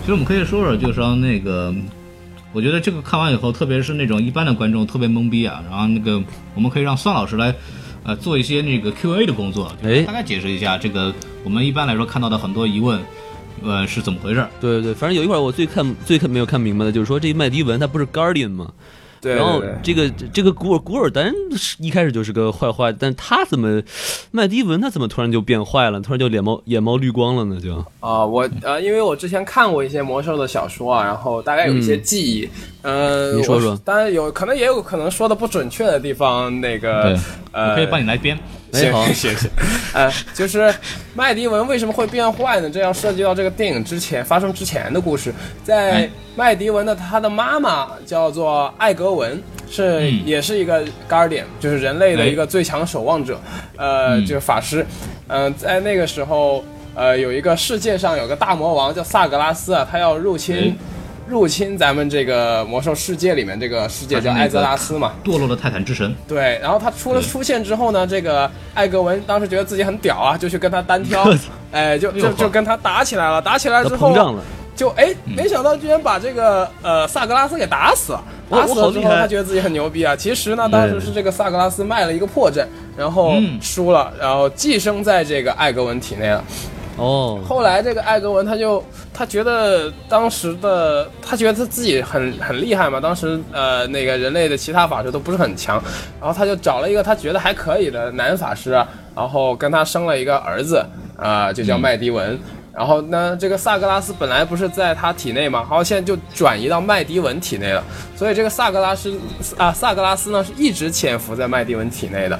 其实我们可以说说，就是说那个，我觉得这个看完以后，特别是那种一般的观众特别懵逼啊。然后那个，我们可以让算老师来，呃，做一些那个 Q&A 的工作，就是哎大概解释一下这个我们一般来说看到的很多疑问，呃，是怎么回事儿。对对，反正有一块儿我最看最看没有看明白的就是说这麦迪文他不是 Guardian 吗？对，然后对对这个这个古尔古尔丹是一开始就是个坏坏，但他怎么麦迪文他怎么突然就变坏了？突然就脸毛眼毛绿光了呢？就啊、我呃，因为我之前看过一些魔兽的小说啊，然后大概有一些记忆，呃，你说说我当然有可能也有可能说的不准确的地方，那个对呃，我可以帮你来编。谢哎好谢谢谢， 呃，就是麦迪文为什么会变坏呢？这要涉及到这个电影之前发生之前的故事，在哎麦迪文的他的妈妈叫做艾格文，是、嗯哎也是一个 Guardian，就是人类的一个最强守望者，呃，嗯这个法师，嗯、在那个时候，呃，有一个世界上有个大魔王叫萨格拉斯啊，他要入侵。哎入侵咱们这个魔兽世界里面这个世界叫啊他是那个艾泽拉斯嘛，堕落的泰坦之神，对，然后他出了嗯对出现之后呢，这个艾格文当时觉得自己很屌啊，就去跟他单 挑，哎，就哎就呦就跟他打起来了。打起来他之后，膨胀了，嗯就哎，没想到居然把这个呃萨格拉斯给打死了。哇打死我好了之厉后，害他觉得自己很牛逼啊。其实呢，当时是这个萨格拉斯卖了一个破阵，然后嗯输了，然后寄生在这个艾格文体内了。哦，后来这个艾格文他就他觉得当时的他觉得他自己很很厉害嘛，当时呃那个人类的其他法师都不是很强，然后他就找了一个他觉得还可以的男法师，啊然后跟他生了一个儿子，啊、就叫麦迪文。然后呢，这个萨格拉斯本来不是在他体内嘛，然后现在就转移到麦迪文体内了，所以这个萨格拉斯啊，萨格拉斯呢是一直潜伏在麦迪文体内的。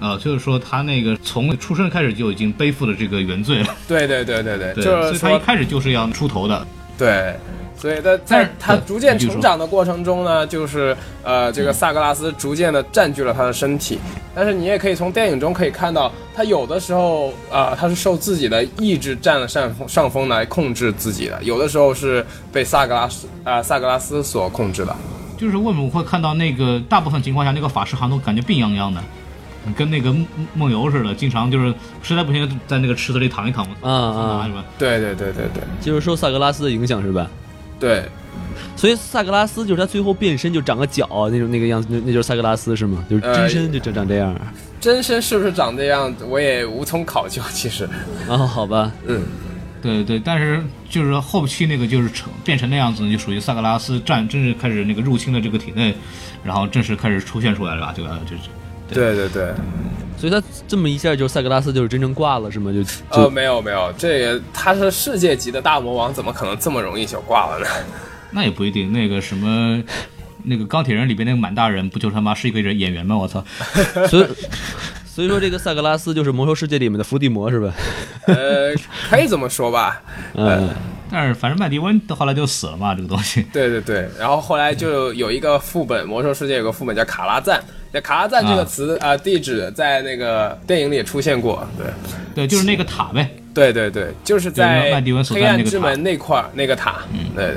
啊、就是说他那个从出生开始就已经背负了这个原罪了，对对对对对，对，就所是以说他一开始就是要出头的，对，所以在但在是他对逐渐你继续成长的过程中呢，就是呃，这个萨格拉斯逐渐的占据了他的身体。但是你也可以从电影中可以看到，他有的时候啊、呃他是受自己的意志占了上风上风来控制自己的，有的时候是被萨格拉斯啊、萨格拉斯所控制的。就是为什么会看到那个大部分情况下那个法师好像都感觉病殃殃的，跟那个梦梦游似的，经常就是实在不行在那个池子里躺一躺嘛，啊啊是吧？对对对对对就是受萨格拉斯的影响是吧？对，所以萨格拉斯就是他最后变身就长个角那种那个样子，那那就是萨格拉斯是吗？就是真哎身就长长这样啊、真身是不是长这样，我也无从考究。其实，哦好吧，嗯，对对，但是就是后期那个就是成变成那样子，就属于萨格拉斯战正式开始那个入侵了这个体内，然后正式开始出现出来了吧？这个就是对对对。所以他这么一下就是萨格拉斯就是真正挂了是吗？就呃，就没有没有，这个他是世界级的大魔王，怎么可能这么容易就挂了呢？那也不一定，那个什么。 那个钢铁人里边那个满大人不就他妈是一个人演员吗？我操！所以所以说这个萨格拉斯就是魔兽世界里面的伏地魔是 吧？呃，可以这么说吧。嗯，但是反正麦迪温后来就死了嘛，这个东西。对对对，然后后来就有一个副本，《魔兽世界》有个副本叫卡拉赞。那卡拉赞这个词啊、呃地址在那个电影里也出现过。对，就是那个塔呗。对对对对，就是对在麦迪文所在黑的那个暗塔嗯之门那块儿那个塔。对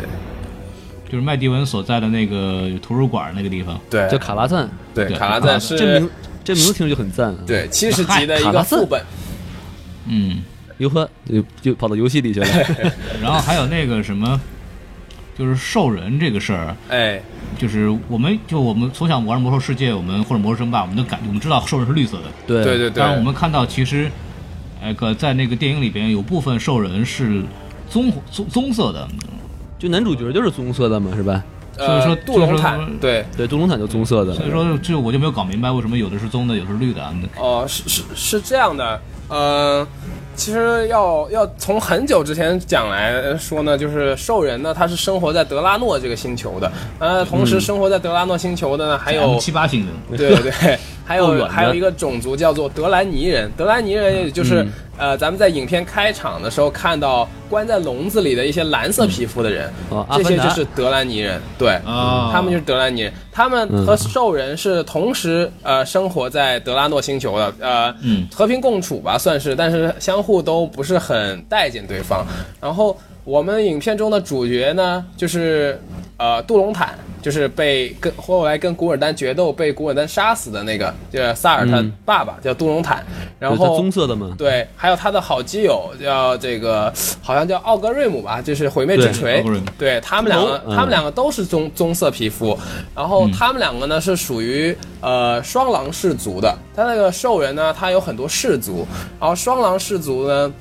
就是麦迪文所在的那个图书馆那个地方。对叫对卡拉赞，对，对卡拉赞卡啊是这名这名字听着就很赞啊。对七十级的一卡个拉赞副本。嗯，哟呵，就就跑到游戏里去了。然后还有那个什么，就是兽人这个事儿，哎，就是我们就我们从小玩魔兽世界，我们或者魔兽争霸，我们都感我们知道兽人是绿色的。对对对对当然，我们看到其实，那个在那个电影里边有部分兽人是棕棕棕色的，就男主角就是棕色的嘛，是吧？所以呃说，杜隆就是坦说对。对，杜隆坦就棕色的。所以说这啊我就没有搞明白为什么有的是棕的，有的是绿的。哦，是是是这样的，呃，其实要要从很久之前讲来说呢，就是兽人呢，他是生活在德拉诺这个星球的，呃，同嗯时生活在德拉诺星球的呢，还有七八星人，对对，还够远有的还有一个种族叫做德兰尼人，德兰尼人也就是、嗯呃，咱们在影片开场的时候看到关在笼子里的一些蓝色皮肤的人，嗯哦阿这凡些达就是德兰尼人，对。啊，他们就是德兰尼人，他们和兽人是同时呃生活在德拉诺星球的，呃，嗯和平共处吧算是，但是相互都不是很待见对方。然后我们影片中的主角呢，就是呃杜隆坦，就是被跟后来跟古尔丹决斗被古尔丹杀死的那个，就是萨尔他爸爸、叫杜隆坦，然对它后棕色的嗯嘛，对，还有他的好基友叫这个，好像叫奥格瑞姆吧，就是毁灭之对锤奥格瑞姆。哦对他们两个，嗯他们两个都是棕棕色皮肤，然后嗯他们两个呢是属于呃双狼氏族的。他那个兽人呢，他有很多氏族，然后双狼氏族呢。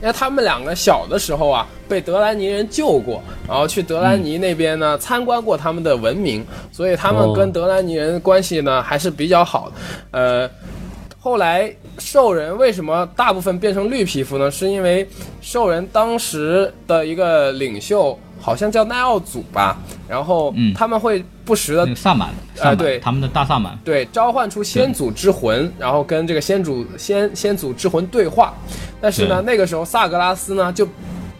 因为他们两个小的时候啊，被德兰尼人救过，然后去德兰尼那边呢、参观过他们的文明，所以他们哦跟德兰尼人关系呢还是比较好的。呃，后来兽人为什么大部分变成绿皮肤呢？是因为兽人当时的一个领袖好像叫奈奥祖吧，然后嗯他们会不时的那个萨满，萨啊满，对他们的大萨满，对，召唤出先祖之魂，嗯然后跟这个先祖先先祖之魂对话。但是呢，那个时候萨格拉斯呢就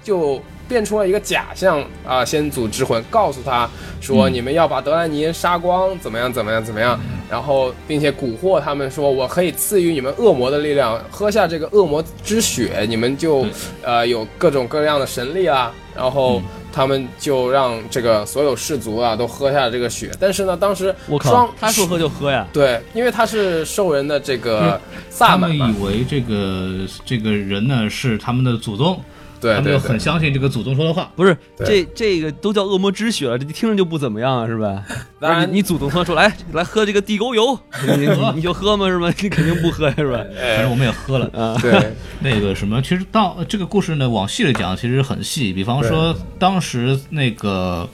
就变出了一个假象啊、先祖之魂告诉他说、嗯你们要把德兰尼人杀光，怎么样怎么样怎么样，然后并且蛊惑他们说我可以赐予你们恶魔的力量，喝下这个恶魔之血，你们嗯就呃有各种各样的神力啦、然后。他们就让这个所有氏族啊都喝下了这个血，但是呢，当时我双靠，他说喝就喝呀，对，因为他是兽人的这个萨嗯他满们嘛，以为这个这个人呢是他们的祖宗，对他们对就很对，相信这个祖宗说的话。不是这对这个都叫恶魔之血了，这听着就不怎么样啊，是 吧？当然而你你祖宗他说来 来喝这个地沟油， 你你你就喝嘛，是吧？你 肯定不喝呀，是吧？反正我们也喝了，对那个什么，其实到呃这个故事呢，往细了讲，其实很细。比方说，当时那个，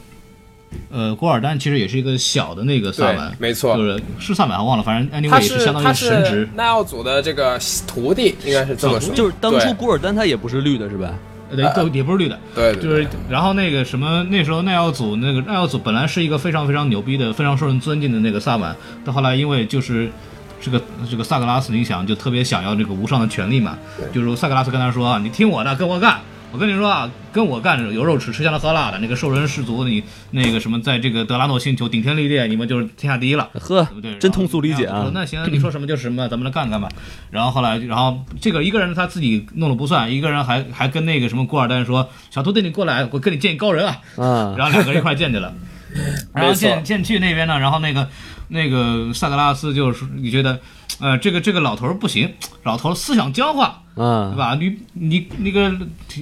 呃，古尔丹其实也是一个小的那个 萨对满，，没错就，是是萨满还忘了，反正 anyway 他也是相当于他神是职，奈奥祖的这个徒弟，应该是这么说，就是当初对古尔丹他也不是绿的，是吧？呃，都也不是绿的，对对就是然后那个什么，那时候奈奥祖那个奈奥祖本来是一个非常非常牛逼的、非常受人尊敬的那个萨满，到后来因为就是。这个这个萨格拉斯影响就特别想要这个无上的权利嘛，就是说萨格拉斯跟他说啊，你听我的，跟我干。我跟你说啊，跟我干有肉吃，吃香的喝辣的。那个兽人氏族，你那个什么，在这个德拉诺星球顶天立地，你们就是天下第一了。喝对不对？，真然后通俗理解我啊说。那行，你说什么就是什么，咱们来干干吧。然后后来，然后这个一个人他自己弄了不算，一个人还还跟那个什么古尔丹说：“小徒弟，你过来，我跟你见高人啊。”啊，然后两个人一块儿 见去了。然后见见去那边呢，然后那个那个萨格拉斯就是你觉得，呃，这个这个老头儿不行，老头儿思想僵化，对啊，吧？你你那个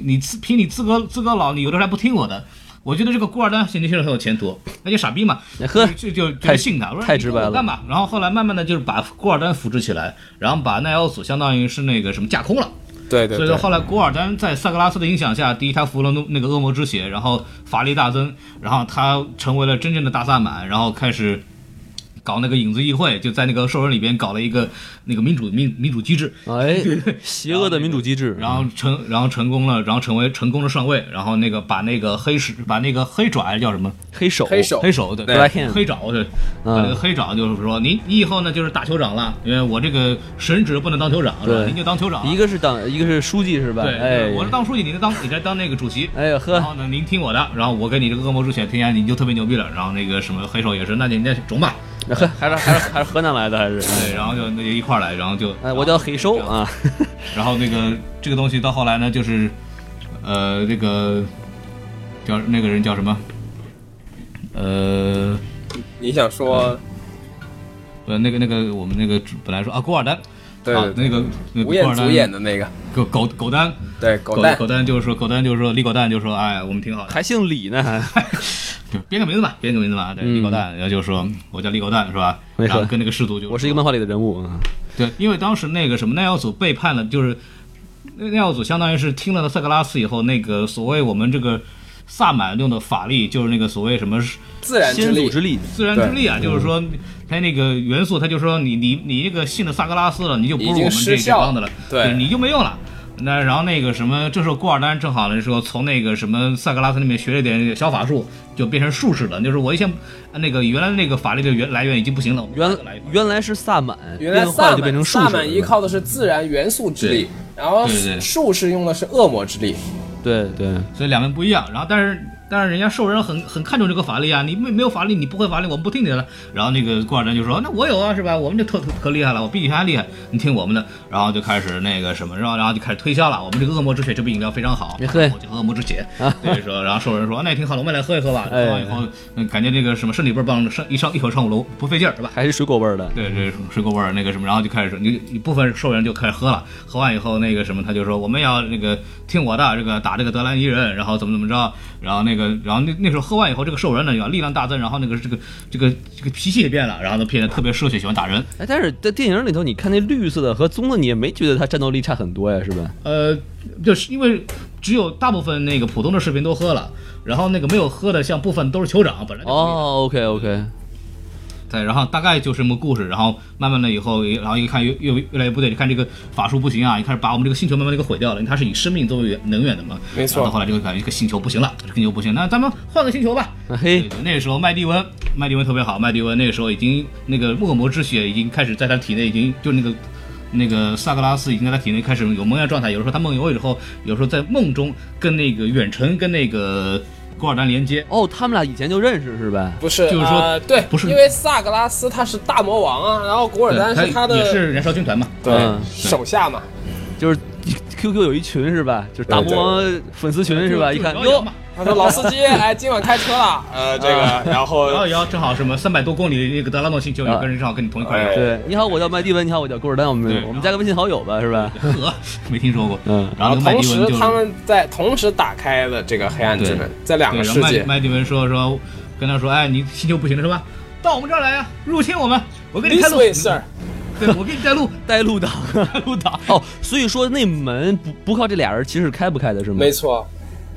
你自凭你资格资格老，你有的时候还不听我的。我觉得这个孤儿单显年轻人很有前途，那就傻逼嘛，呵就就就太信他，我说太你直跟白我了干嘛？然后后来慢慢的就是把古尔丹扶植起来，然后把奈奥祖相当于是那个什么架空了。对对所以说对，后来古尔丹在萨格拉斯的影响下，第一他服了那个恶魔之血，然后法力大增，然后他成为了真正的大萨满，然后开始。搞那个影子议会，就在那个兽人里边搞了一个那个民主民民主机制，哎， 邪恶的民主机制，然后成，然后成功了，然后成为成功的上位，然后那个把那个黑石，把那个黑爪哎还是叫什么黑手，黑手黑手对 Black Hand 黑爪对，嗯把那个黑爪就是说，您你以后呢就是打酋长了，因为我这个神职不能当酋长，是吧？对您就当酋长了一个是党，一个是书记，是吧？对，哎对，我是当书记，你是当你在当那个主席。哎呀呵然，后呢，您听我的，然后我给你这个恶魔之血添加，你就特别牛逼了。然后那个什么黑手也是，那你那中吧，呵，还是还是还是河南来的，还是。对，然后就那就一块儿来，然后就哎，我叫黑手啊，然后那个这个东西到后来呢，就是，呃，那个叫那个人叫什么？呃，你想嗯说呃，那个那个我们那个本来说啊，古尔丹，对啊对对那个那个吴古彦尔祖丹演的那个，狗狗狗丹，对狗狗蛋，狗丹就是说狗丹就是说李狗蛋就说哎，我们挺好的， 还姓李呢，还就编个名字吧，编个名字吧，对，嗯李狗蛋，然后就说我叫李狗蛋是吧？没错然后跟那个氏族就我是一个漫画里的人物啊。对，因为当时那个什么奈奥祖背叛了，就是奈奥祖相当于是听了萨格拉斯以后，那个所谓我们这个萨满用的法力，就是那个所谓什么自然之先祖力之，力，自然之力啊，就是说他那个元素，他就说你你你这个信了萨格拉斯了，你就不是我们已经这失这效帮的了，对你就没用了。那然后那个什么，这时候古尔丹正好那时候从那个什么塞格拉斯那边学了点小法术，就变成术士了。就是我以前那个原来那个法力的源来源已经不行了，我们换原个来源原来是萨满，原来变坏萨了就变满成术萨士了满依靠的是自然元素之力，然后对对对术士用的是恶魔之力。对对，所以两边不一样。然后但是但是人家兽人很很看重这个法力啊，你没没有法力，你不会法力，我们不听你的。然后那个古尔丹就说，那我有啊，是吧？我们这特特可厉害了，我比你还厉害，你听我们的。然后就开始那个什么，然后然后就开始推销了，我们这个恶魔之血这杯饮料非常好，对我就喝恶魔之血。对，说然后兽人说，那也挺好的，我们也来喝一喝吧。喝完以后，嗯感觉这个什么身体倍儿棒，上一上一口上五楼不费劲儿，是吧？还是水果味儿的。对，这是水果味儿那个什么，然后就开始说，你一部分兽人就开始喝了，喝完以后那个什么，他就说我们要那个听我的，这个打这个德兰伊人，然后怎么怎么着，然后那个，然后那那时候喝完以后，这个兽人呢，要力量大增，然后那个这个这个这个脾气也变了，然后呢变得特别嗜血，喜欢打人。哎，但是在电影里头，你看那绿色的和棕的，你也没觉得它战斗力差很多呀，是吧？呃，就是因为只有大部分那个普通的士兵都喝了，然后那个没有喝的，像部分都是酋长，本来就不一样哦，OK OK，对，然后大概就是这么个故事，然后慢慢的以后，然后一看越越越来越不对，你看这个法术不行啊，你开始把我们这个星球慢慢的给毁掉了，因为它是以生命作为源能源的嘛，没错然后后来就感觉这个星球不行了，这个星球不行，哎那咱们换个星球吧。啊嘿对，那个时候麦迪文，麦迪文特别好，麦迪文那个时候已经那个恶魔之血已经开始在他体内已经就那个。那个萨格拉斯已经在他体内开始有萌芽状态，有时候他梦游以后，有时候在梦中跟那个远程跟那个古尔丹连接，哦，他们俩以前就认识是吧？不是，就是说呃对，不是因为萨格拉斯他是大魔王啊，然后古尔丹对是他也的是燃烧军团嘛，对嗯手下嘛，就是 QQ 有一群是吧？就是大魔王粉丝群是吧？就一看就哟嘛，他说老司机，哎，今晚开车了， 呃，这个，然后幺幺正好什么三百多公里那个德拉诺星啊球，有个人正好跟你同一块哎儿，对，你好，我叫麦蒂文，你好，我叫郭尔丹，我对们我们加个微信好友吧，是吧？呵，没听 说过。嗯然后那个麦同迪时文就他们在同时打开了这个黑暗之门，在两对，个然世后麦界，麦迪文说说跟他说，哎，你星球不行了是吧？到我们这儿来呀，入侵我们，我给你开 This 路， way, sir 对我给你带 路，带路党带路党。 哦，所以说那门不不靠这俩人，其实是开不开的是吗？没错，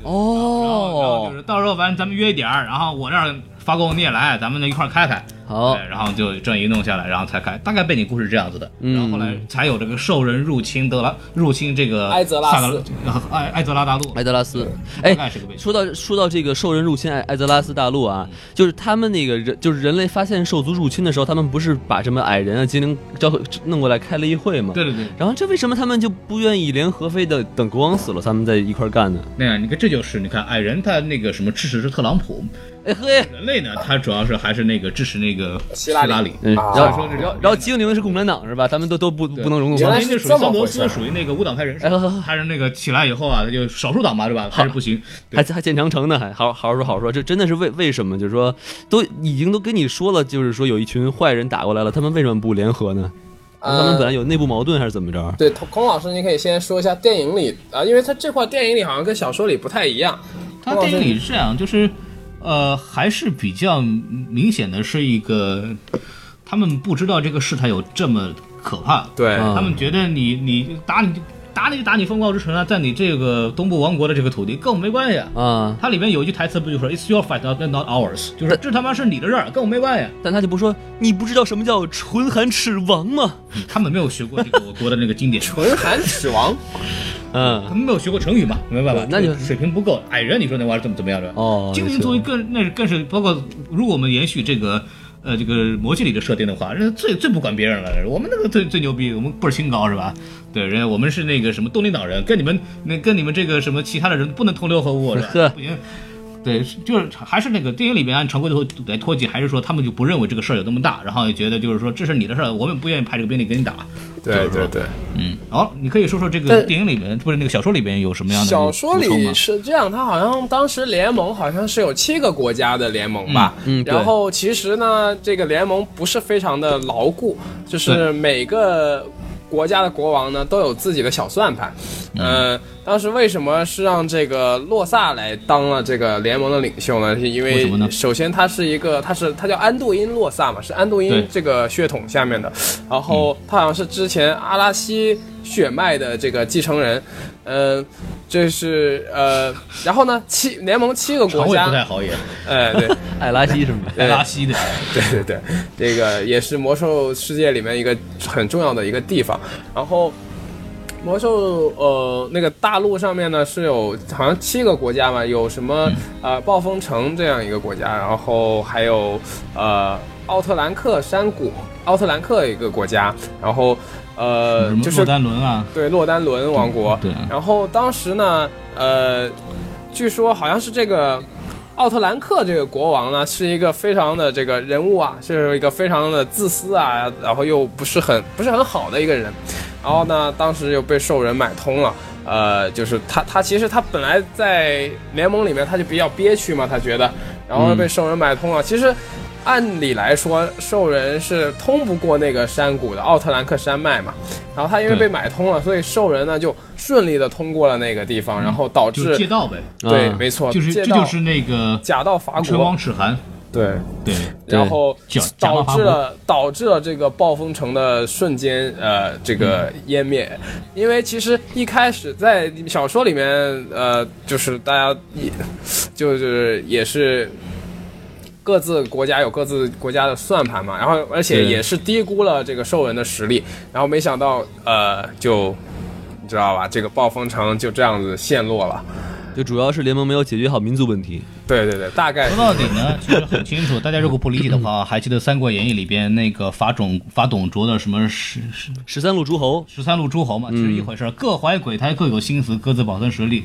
然后然后哦就，是到时候完咱们约一点儿，然后我这儿发功你也来，咱们呢一块儿开开。哦好对，然后就这样一弄下来，然后才开，大概背景故事是这样子的。嗯然后后来才有这个兽人入侵德拉，入侵这个埃泽拉萨格斯拉埃埃泽拉大陆。埃德拉斯，哎大概是个位，置说到说到这个兽人入侵埃埃泽拉斯大陆嗯啊，就是他们那个人，就是人类发现兽族入侵的时候，他们不是把什么矮人啊、精灵招弄过来开了一会吗？对对对，然后这为什么他们就不愿意联合，非得等国王死了，他们再一块儿干呢？那样你看这就是你看矮人他那个什么支持是特朗普，哎嘿，人类呢他主要是还是那个支持那个希拉里里。嗯，啊然后说这是然后然后精灵是共产党是吧？他们都都不不能融入原吗来？那属于桑德斯属于那个无党派人士哎呵呵，他是那个起来以后啊，他就少数党嘛，对吧？还是不行。还还建长城呢，还好好好说好说，这真的是为为什么？就是说，都已经都跟你说了，就是说有一群坏人打过来了，他们为什么不联合呢？他们呃本来有内部矛盾还是怎么着？对，孔孔老师，你可以先说一下电影里啊、因为他这块电影里好像跟小说里不太一样。他电影里是这样，就是呃，还是比较明显的是一个，他们不知道这个事态有这么可怕，对嗯他们觉得你你打你打你就打你风暴之城啊，在你这个东部王国的这个土地跟我们没关系啊。啊，它里面有一句台词不就说 “It's your fight, not not ours”，就是这他妈是你的事儿，跟我没关系啊。但他就不说，你不知道什么叫唇寒齿亡吗？嗯他们没有学过这个我国的那个经典，纯寒齿王，他嗯，们没有学过成语嘛，明白吧对？那就水平不够。矮人，你说那玩意儿怎么怎么样的？哦精也灵是作为更那是更是包括，如果我们延续这个。呃，这个魔界里的设定的话，人家最最不管别人了。我们那个最最牛逼，我们倍儿清高是吧？对，人家我们是那个什么东林党人，跟你们那跟你们这个什么其他的人不能同流合污，是吧呵？不行。对，就是还是那个电影里面按常规的来脱节，还是说他们就不认为这个事儿有那么大，然后也觉得就是说这是你的事儿，我们不愿意派这个兵力给你打。对对对。嗯，好、你可以说说这个但电影里面不是那个小说里面有什么样的小说补充吗里是这样，他好像当时联盟好像是有七个国家的联盟吧，嗯嗯对然后其实呢，这个联盟不是非常的牢固，就是对每个。国家的国王呢都有自己的小算盘，嗯呃，当时为什么是让这个洛萨来当了这个联盟的领袖呢？是因为什么呢首先，他是一个，他是他叫安度因洛萨嘛，是安度因对这个血统下面的，然后他好像是之前阿拉西血脉的这个继承人，嗯、这是呃，然后呢，七联盟七个肠国胃家不，太好也，哎、对艾拉西是吗？带拉稀的。对 对对，这个也是魔兽世界里面一个很重要的一个地方，然后。魔兽呃那个大陆上面呢是有好像七个国家嘛，有什么、嗯呃暴风城这样一个国家，然后还有呃奥特兰克山谷，奥特兰克一个国家，然后呃什么就是洛丹伦啊，对洛丹伦王国。对啊然后当时呢，呃，据说好像是这个奥特兰克这个国王呢，是一个非常的这个人物啊，是一个非常的自私啊，然后又不是很不是很好的一个人。然后呢，当时又被兽人买通了。呃，就是他，他其实他本来在联盟里面他就比较憋屈嘛，他觉得，然后被兽人买通了。其实，按理来说，兽人是通不过那个山谷的奥特兰克山脉嘛。然后他因为对被买通了，所以兽人呢就顺利的通过了那个地方，然后导就是致借道呗，对，啊没错，就是哦借这道就是那个假道伐唇国亡，齿寒，对，对，然后假假导冒法致国了导致了这个暴风城的瞬间呃这嗯个湮灭，因为其实一开始在小说里面呃就是大家也就是也是。各自国家有各自国家的算盘嘛，然后而且对也是低估了这个兽人的实力，然后没想到呃就你知道吧，这个暴风城就这样子陷落了。就主要是联盟没有解决好民族问题。对对对，大概是说到底呢，其实很清楚。大家如果不理解的 话，还记得《三国演义》里边那个法种法董卓的什么十十十三路诸侯，十三路诸侯嘛，嗯其实一回事儿，各怀鬼胎，各有心思，各自保存实力。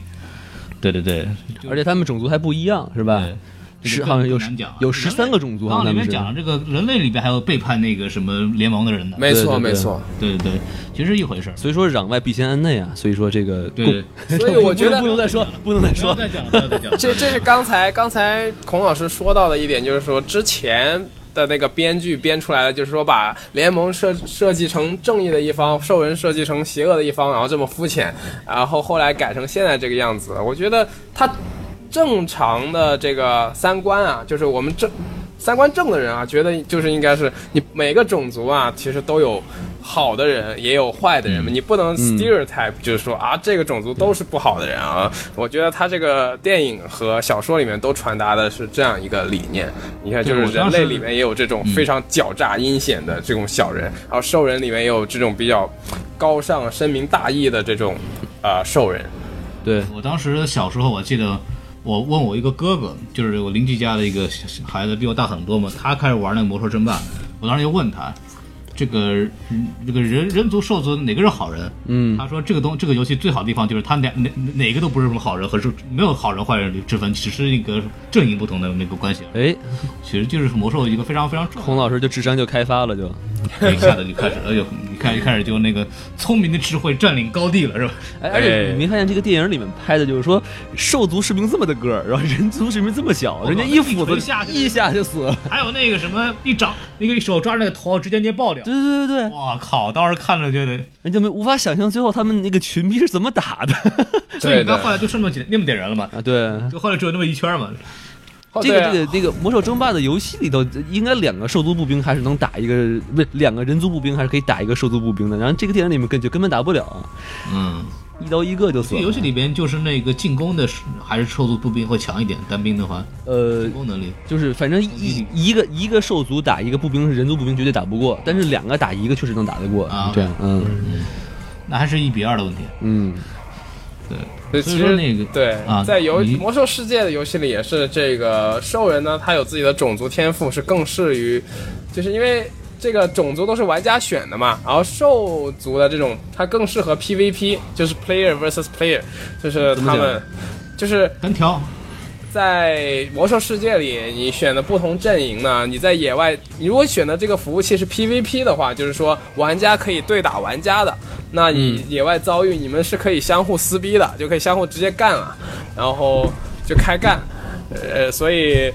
对对对，而且他们种族还不一样，是吧？对这是个好像有更难讲啊有十三个种族，刚好刚像他们里是。面讲了这个人类里边还有背叛那个什么联盟的人呢。没对错对对没错。对对对，其实一回事儿。所以说攘外必先安内啊，所以说这个对对，所以我觉 得不能再说，不能再不要说。再讲了，不要再讲 了。 这这是刚才刚才孔老师说到的一点，就是说之前。的那个编剧编出来的，就是说把联盟设设计成正义的一方，兽人设计成邪恶的一方，然后这么肤浅，然后后来改成现在这个样子。我觉得他正常的这个三观啊，就是我们正三观正的人啊，觉得就是应该是你每个种族啊，其实都有好的人，也有坏的人嗯嘛，你不能 stereotype，、就是说啊，这个种族都是不好的人啊。我觉得他这个电影和小说里面都传达的是这样一个理念。你看，就对是我当人时类里面也有这种非常狡诈阴险的这种小人，然后兽人里面也有这种比较高尚、深明大义的这种啊兽人。对，我当时小时候，我记得我问我一个哥哥，就是我邻居家的一个小孩子，比我大很多嘛，他开始玩那个魔兽争霸，我当时就问他，这个嗯这个人人族兽族哪个是好人？嗯，他说这个东这个游戏最好的地方就是他哪哪哪哪个都不是什么好人和是没有好人坏人之分，只是一个阵营不同的那个关系，哎，其实就是魔兽一个非常非常重要孔老师就智商就开发了，就的，一下子就开始，哎呦，一看一开始就那个聪明的智慧占领高地了，是吧？哎，而且你没发现这个电影里面拍的，就是说兽族士兵这么大个儿，然后人族士兵这么小，靠人家一斧一子下就一下就死了。 还有那个什么一掌，那个一手抓着那个头，直接捏爆掉。对对对对对，我靠，当时看着觉得，人家没无法想象最后他们那个群批是怎么打的。 所以对你看对后来就剩那么几那么点人了嘛，啊，对，就后来只有那么一圈嘛。哦这对个啊这个这个魔兽争霸的游戏里头，应该两个兽族步兵还是能打一个，不是两个人族步兵还是可以打一个兽族步兵的。然后这个电影里面根就根本打不了，嗯，一刀一个就死这游了。戏里边就是那个进攻的是还是兽族步兵会强一点，单兵的话呃进，攻能力。就是反正一一个一个兽族打一个步兵，人族步兵绝对打不过，但是两个打一个确实能打得过。啊这样，嗯那还是一比二的问题。嗯，所对，其以说实那个对，啊在游你魔兽世界的游戏里也是这个兽人呢，他有自己的种族天赋，是更适于，就是因为这个种族都是玩家选的嘛，然后兽族的这种它更适合 PVP，就是 player versus player，就是怎么他讲们就是单挑，在魔兽世界里，你选的不同阵营呢，你在野外，你如果选的这个服务器是 PVP 的话，就是说玩家可以对打玩家的。那你野外遭遇，你们是可以相互撕逼的，就可以相互直接干了，然后就开干。呃，所以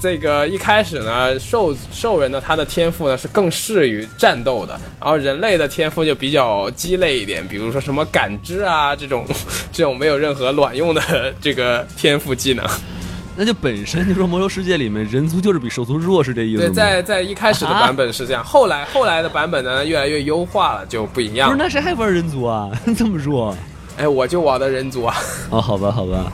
这个一开始呢，兽兽人呢，他的天赋呢是更适于战斗的，然后人类的天赋就比较鸡肋一点，比如说什么感知啊这种，这种没有任何卵用的这个天赋技能。那就本身就说魔兽世界里面人族就是比兽族弱，是这意思吗？对，在在一开始的版本 是这样，后来后来的版本呢越来越优化了，就不一不样是，嗯了。那谁还玩人族 啊？这么弱？哎，我就玩的人族啊， 哦，好吧，好吧。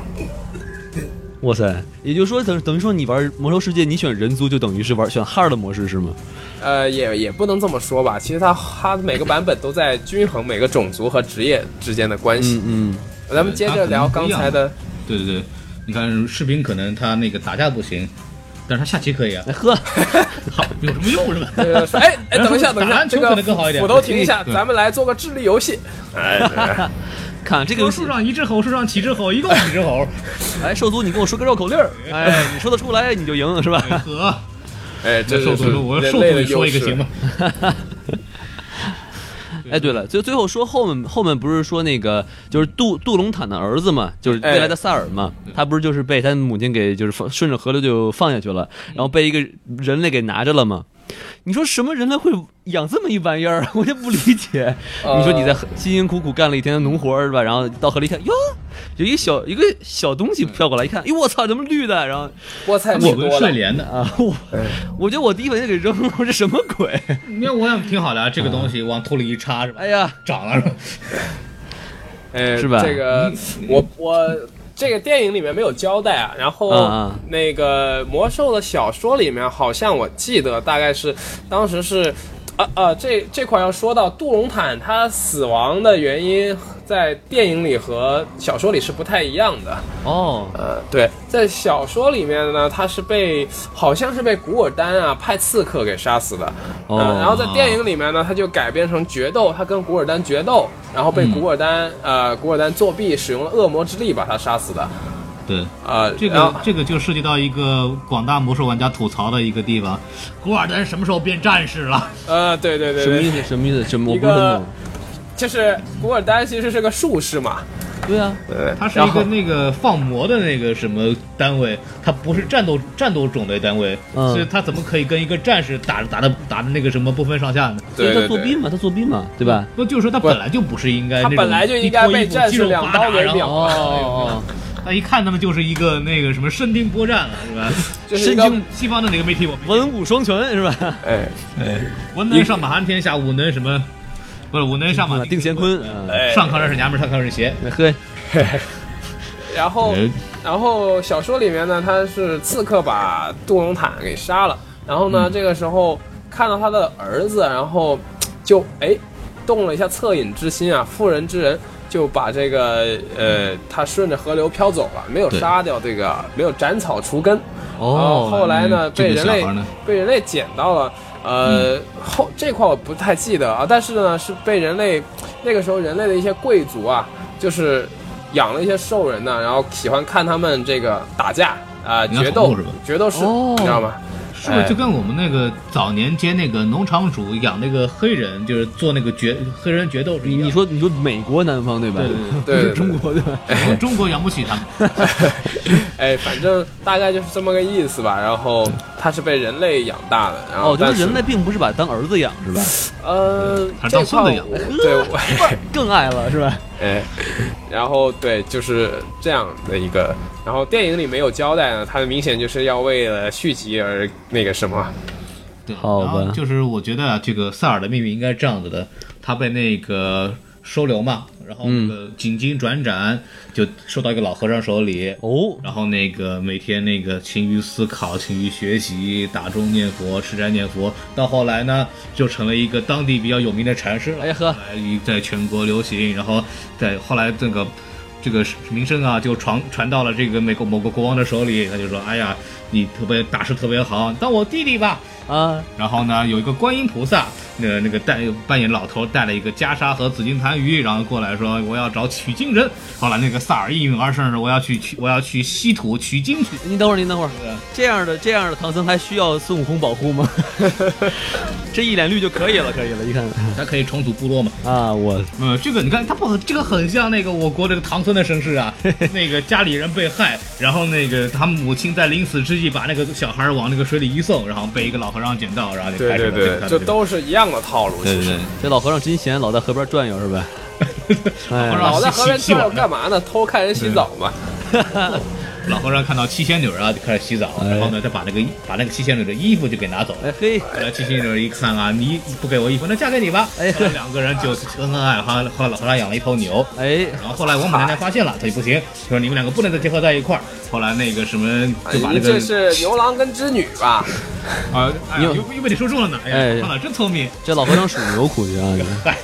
哇塞，也就是说等等于说你玩魔兽世界，你选人族就等于是玩选 hard 的模式是吗？呃，也也不能这么说吧。其实它它每个版本都在均衡每个种族和职业之间的关系。嗯咱们接着聊刚才的，对对对，你看士兵可能他那个打架不行，但是他下棋可以啊 嗯，， 呵，好有什么用是吧？呃说哎 哎，然后等一下，等一打下，篮球这可能更好一个点斧头停一下，对咱们来做个智力游戏。看这个游猴戏树，上一只猴，树上几只猴，一共几只猴？哎，兽族你跟我说个绕口令儿，哎，你说得出来你就赢是吧？呵，哎，这兽就族是说，我人兽类的族优说一势个。行 吗？哎，对了，最最后说后面后面不是说那个就是杜杜隆坦的儿子嘛，就是哎未来的萨尔嘛，他不是就是被他母亲给就是放顺着河流就放下去了，嗯然后被一个人类给拿着了嘛。你说什么人类会养这么一玩意儿？ 我就不理解。呃你说你在河辛辛苦苦干了一天的农活儿是吧？然后到河里一看，哟，有一个小一个小东西飘过来，一看，哎，我操，怎么绿的？然后菠菜吃我们多睡了，莲的，啊，我哎我觉得我第一反应就给扔了，我说这什么鬼？ 你看我想挺好的啊，这个东西嗯往土里一插是吧？哎呀，长了是吧？哎，是吧这个我我这个电影里面没有交代啊，然后嗯嗯那个魔兽的小说里面好像我记得大概是当时是。啊啊，这这块要说到杜隆坦他死亡的原因，在电影里和小说里是不太一样的。哦，呃，对，在小说里面呢，他是被好像是被古尔丹啊派刺客给杀死的。哦嗯，然后在电影里面呢，他就改编成决斗，他跟古尔丹决斗，然后被古尔丹、呃古尔丹作弊，使用了恶魔之力把他杀死的。对。呃，这然后个这个就涉及到一个广大魔兽玩家吐槽的一个地方，古尔丹什么时候变战士了？呃，对对对什么意对，思？什么意思？什么？我一不是很个懂。就是古尔丹其实是个术士嘛。对啊，对，它是一个那个放魔的那个什么单位，它不是战斗战斗种类单位，嗯所以它怎么可以跟一个战士打打的打的那个什么不分上下呢？所对以他对作对弊。嘛，他作弊嘛，对吧？不就是说他嗯不本来就不是应该他那种本来就应该一脱衣被服战士肌肉两刀发达给然秒后啊哦，他一看他们就是一个那个什么身经波战了，是吧？ 就是一神个经西方的哪个媒体我文武双全是吧？哎文能上马安天下，武能什么？不是武 能上马啊定乾坤，嗯哎哎，上炕认识娘们儿，上炕认识鞋。呵，然后哎然后小说里面呢，他是刺客把杜隆坦给杀了，然后呢，这个时候看到他的儿子，然后嘖就哎动了一下恻隐之心啊，妇人之仁，就把这个呃他顺着河流漂走了，没有对杀掉这个，没有斩草除根。然后哦，后来呢，嗯这被个人小类孩呢被人类捡到了。嗯呃，后这块我不太记得啊，但是呢，是被人类那个时候人类的一些贵族啊，就是养了一些兽人呢、然后喜欢看他们这个打架啊、人家决宠斗物是吧决斗士，哦你知道吗？是哎不是就跟我们那个早年间那个农场主养那个黑人，就是做那个决黑人决斗是一你样的你说你说美国南方对吧？对对对不是对对对 中国对吧？我们中国养不起他们。哎，反正大概就是这么个意思吧。然后他是被人类养大的，然后哦，就但是人类并不是把他当儿子养是吧？呃，他是这当块孙我子养的 对， 我 更爱了是吧？哎，然后对，就是这样的一个。然后电影里没有交代呢，他明显就是要为了续集而那个什么。对，好吧然后就是我觉得啊，这个塞尔的命运应该是这样子的，他被那个收留嘛，然后那嗯个几经转辗，就收到一个老和尚手里。哦，然后那个每天那个勤于思考、勤于学习、打钟念佛、吃斋念佛，到后来呢，就成了一个当地比较有名的禅师了。哎呵后来在全国流行，然后在后来这个这个名声啊，就传传到了这个美国某个国王的手里，他就说：“哎呀，你特别大师特别好，当我弟弟吧。”啊，然后呢，有一个观音菩萨，那个那个带扮演老头带了一个袈裟和紫金盘盂，然后过来说我要找取经人。后来那个萨尔应运而生说我要去取我要去西土取经去。您等会儿，您等会儿对，这样的这样的唐僧还需要孙悟空保护 吗？这一脸绿就可以了，可以了，一看他可以重组部落嘛？啊，我嗯，这个你看，他不这个很像那个我国这个唐僧的身世 啊，那个家里人被害，然后那个他母亲在临死之际把那个小孩往那个水里一送，然后被一个老和尚捡到，然后就开始了这个他的就这个都是一样的套路。对其对对。实这老和尚真闲，老在河边转悠是吧？哎和尚老在河边洗洗转悠碗呢干嘛呢？偷看人洗澡嘛。 老和尚看到七仙女啊，就开始洗澡，哎然后呢，再把那个衣把那个七仙女的衣服就给拿走。哎嘿，后来七仙女一看啊，你不给我衣服，那嫁给你吧。哎后来两个人就恩恩爱爱，后来后来老和尚养了一头牛。哎，然后后来王母娘娘发现了，她就不行，说你们两个不能再结合在一块儿。后来那个什么就把那个哎这是牛郎跟织女 吧？啊，哎呀牛又又被你说中了呢。哎哎呀，胖老真聪明。这老和尚属牛，估计啊，嗨，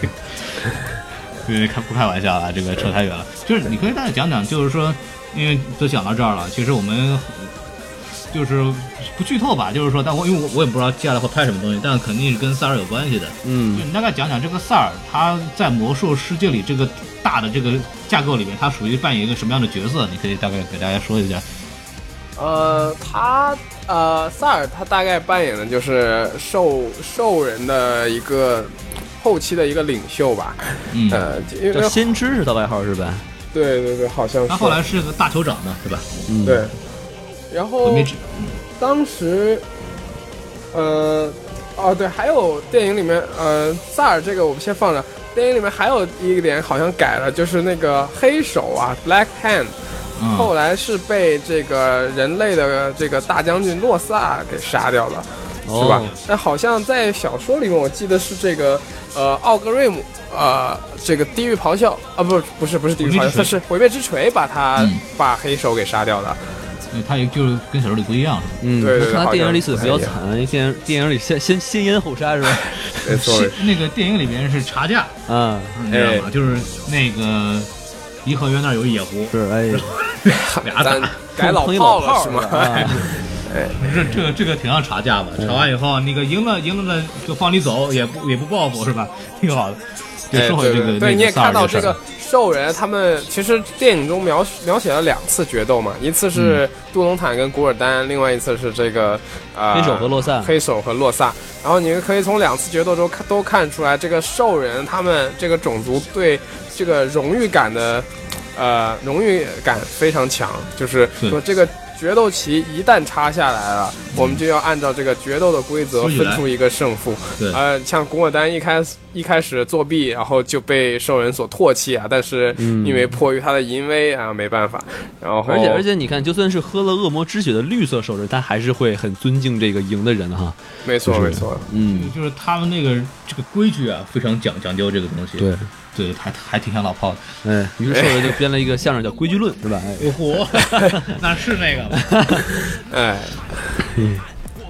对，开不开玩笑啊？这个扯太远了。就是你可以大概讲讲，就是说，因为都讲到这儿了，其实我们就是不剧透吧，就是说，但我因为我我也不知道接下来会拍什么东西，但肯定是跟塞尔有关系的。嗯就，你大概讲讲这个塞尔，他在魔兽世界里这个大的这个架构里面，他属于扮演一个什么样的角色？你可以大概给大家说一下。呃，他呃，萨尔他大概扮演的就是兽兽人的一个后期的一个领袖吧。嗯，呃，因为叫先知是他外号是吧？对对对，好像是。他后来是个大酋长嘛，对吧？嗯，对，然后我没指当时，呃，哦对，还有电影里面，呃，萨尔这个我们先放着。电影里面还有一点好像改了，就是那个黑手啊，Black Hand，嗯，后来是被这个人类的这个大将军洛萨给杀掉了，哦是吧？但好像在小说里面，我记得是这个呃奥格瑞姆呃这个地狱咆哮啊，不不是不是地狱咆毁灭之哮，锤他是毁灭之锤把他、嗯把黑手给 杀掉的。嗯他也就是跟小说里不一样，是吧？嗯，哎对对我看他好像电影里死的比较是惨，电影电影里先先先烟后杀是 吧？没错，是那个电影里边是查价，啊，你知道吗？哎就是那个颐和园那儿有一野狐，是哎，俩咱打。改老碰一炮炮了是哎吧哎啊吗？这这个这个挺像查价吧？嗯查完以后，那个赢了赢了呢，就放你走，也不也不报复是吧？挺好的。就哎说回这对个对对，你那也个萨看尔到的这事个儿，兽人，他们其实电影中描描写了两次决斗嘛，一次嗯是杜隆坦跟古尔丹，另外一次是这个呃黑手和洛萨黑手和洛萨。然后你可以从两次决斗中看都看出来，这个兽人他们这个种族对这个荣誉感的呃荣誉感非常强，就是是说这个。决斗旗一旦插下来了，我们就要按照这个决斗的规则所以分来出一个胜负。对呃，像古尔丹一开始一开始作弊，然后就被兽人所唾弃啊，但是因为迫于他的淫威啊，没办法。然后， 嗯而且而且你看，就算是喝了恶魔之血的绿色手人，他还是会很尊敬这个赢的人哈。没错就是没错，嗯，就是他们那个这个规矩啊，非常讲讲究这个东西。对，对，还还挺像老炮的。哎，于是兽人就编了一个相声叫《规矩论》，是吧？哎我嚯，哦 那是那个吗？哎，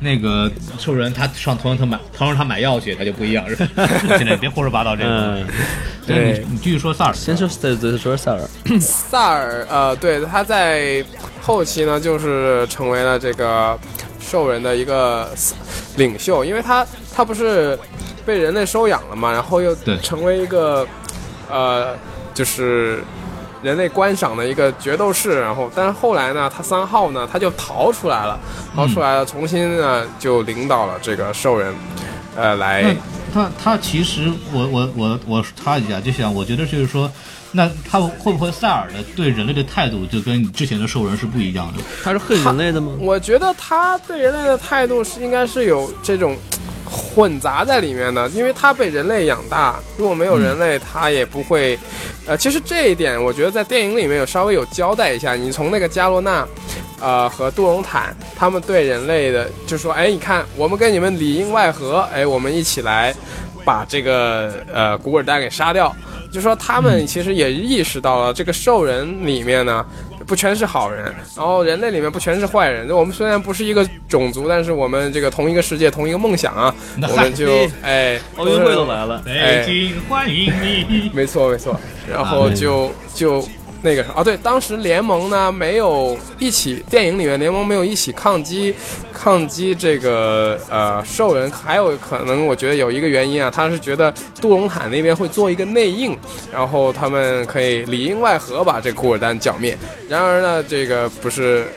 那个兽人他上同样他买，同样他买药去，他就不一 样是吧？现在别胡说八道这个东西。嗯，所以你你继续说萨尔，先说再再说塞尔，萨尔呃，对，他在后期呢，就是成为了这个兽人的一个领袖，因为他他不是被人类收养了嘛，然后又对成为一个呃，就是人类观赏的一个决斗士，然后但是后来呢，他三号呢他就逃出来了，逃出来了，重新呢就领导了这个兽人，呃，来。那他他其实我我我我插一下，就想我觉得就是说，那他会不会塞尔的对人类的态度就跟你之前的兽人是不一样的？他是恨人类的吗？我觉得他对人类的态度是应该是有这种混杂在里面的，因为他被人类养大，如果没有人类，他也不会。呃，其实这一点，我觉得在电影里面有稍微有交代一下。你从那个加罗纳，呃，和杜隆坦他们对人类的，就说，哎，你看，我们跟你们里应外合，哎，我们一起来把这个呃古尔丹给杀掉。就说他们其实也意识到了，这个兽人里面呢，不全是好人，然后人类里面不全是坏人。我们虽然不是一个种族，但是我们这个同一个世界，同一个梦想啊，那我们就嘿哎，奥运会都来了，北京哎欢迎你！没错没错，啊然后就就那个啥啊，对，当时联盟呢没有一起，电影里面联盟没有一起抗击抗击这个呃兽人，还有可能我觉得有一个原因啊，他是觉得杜隆坦那边会做一个内应，然后他们可以里应外合把这库尔丹剿灭。然而呢，这个不是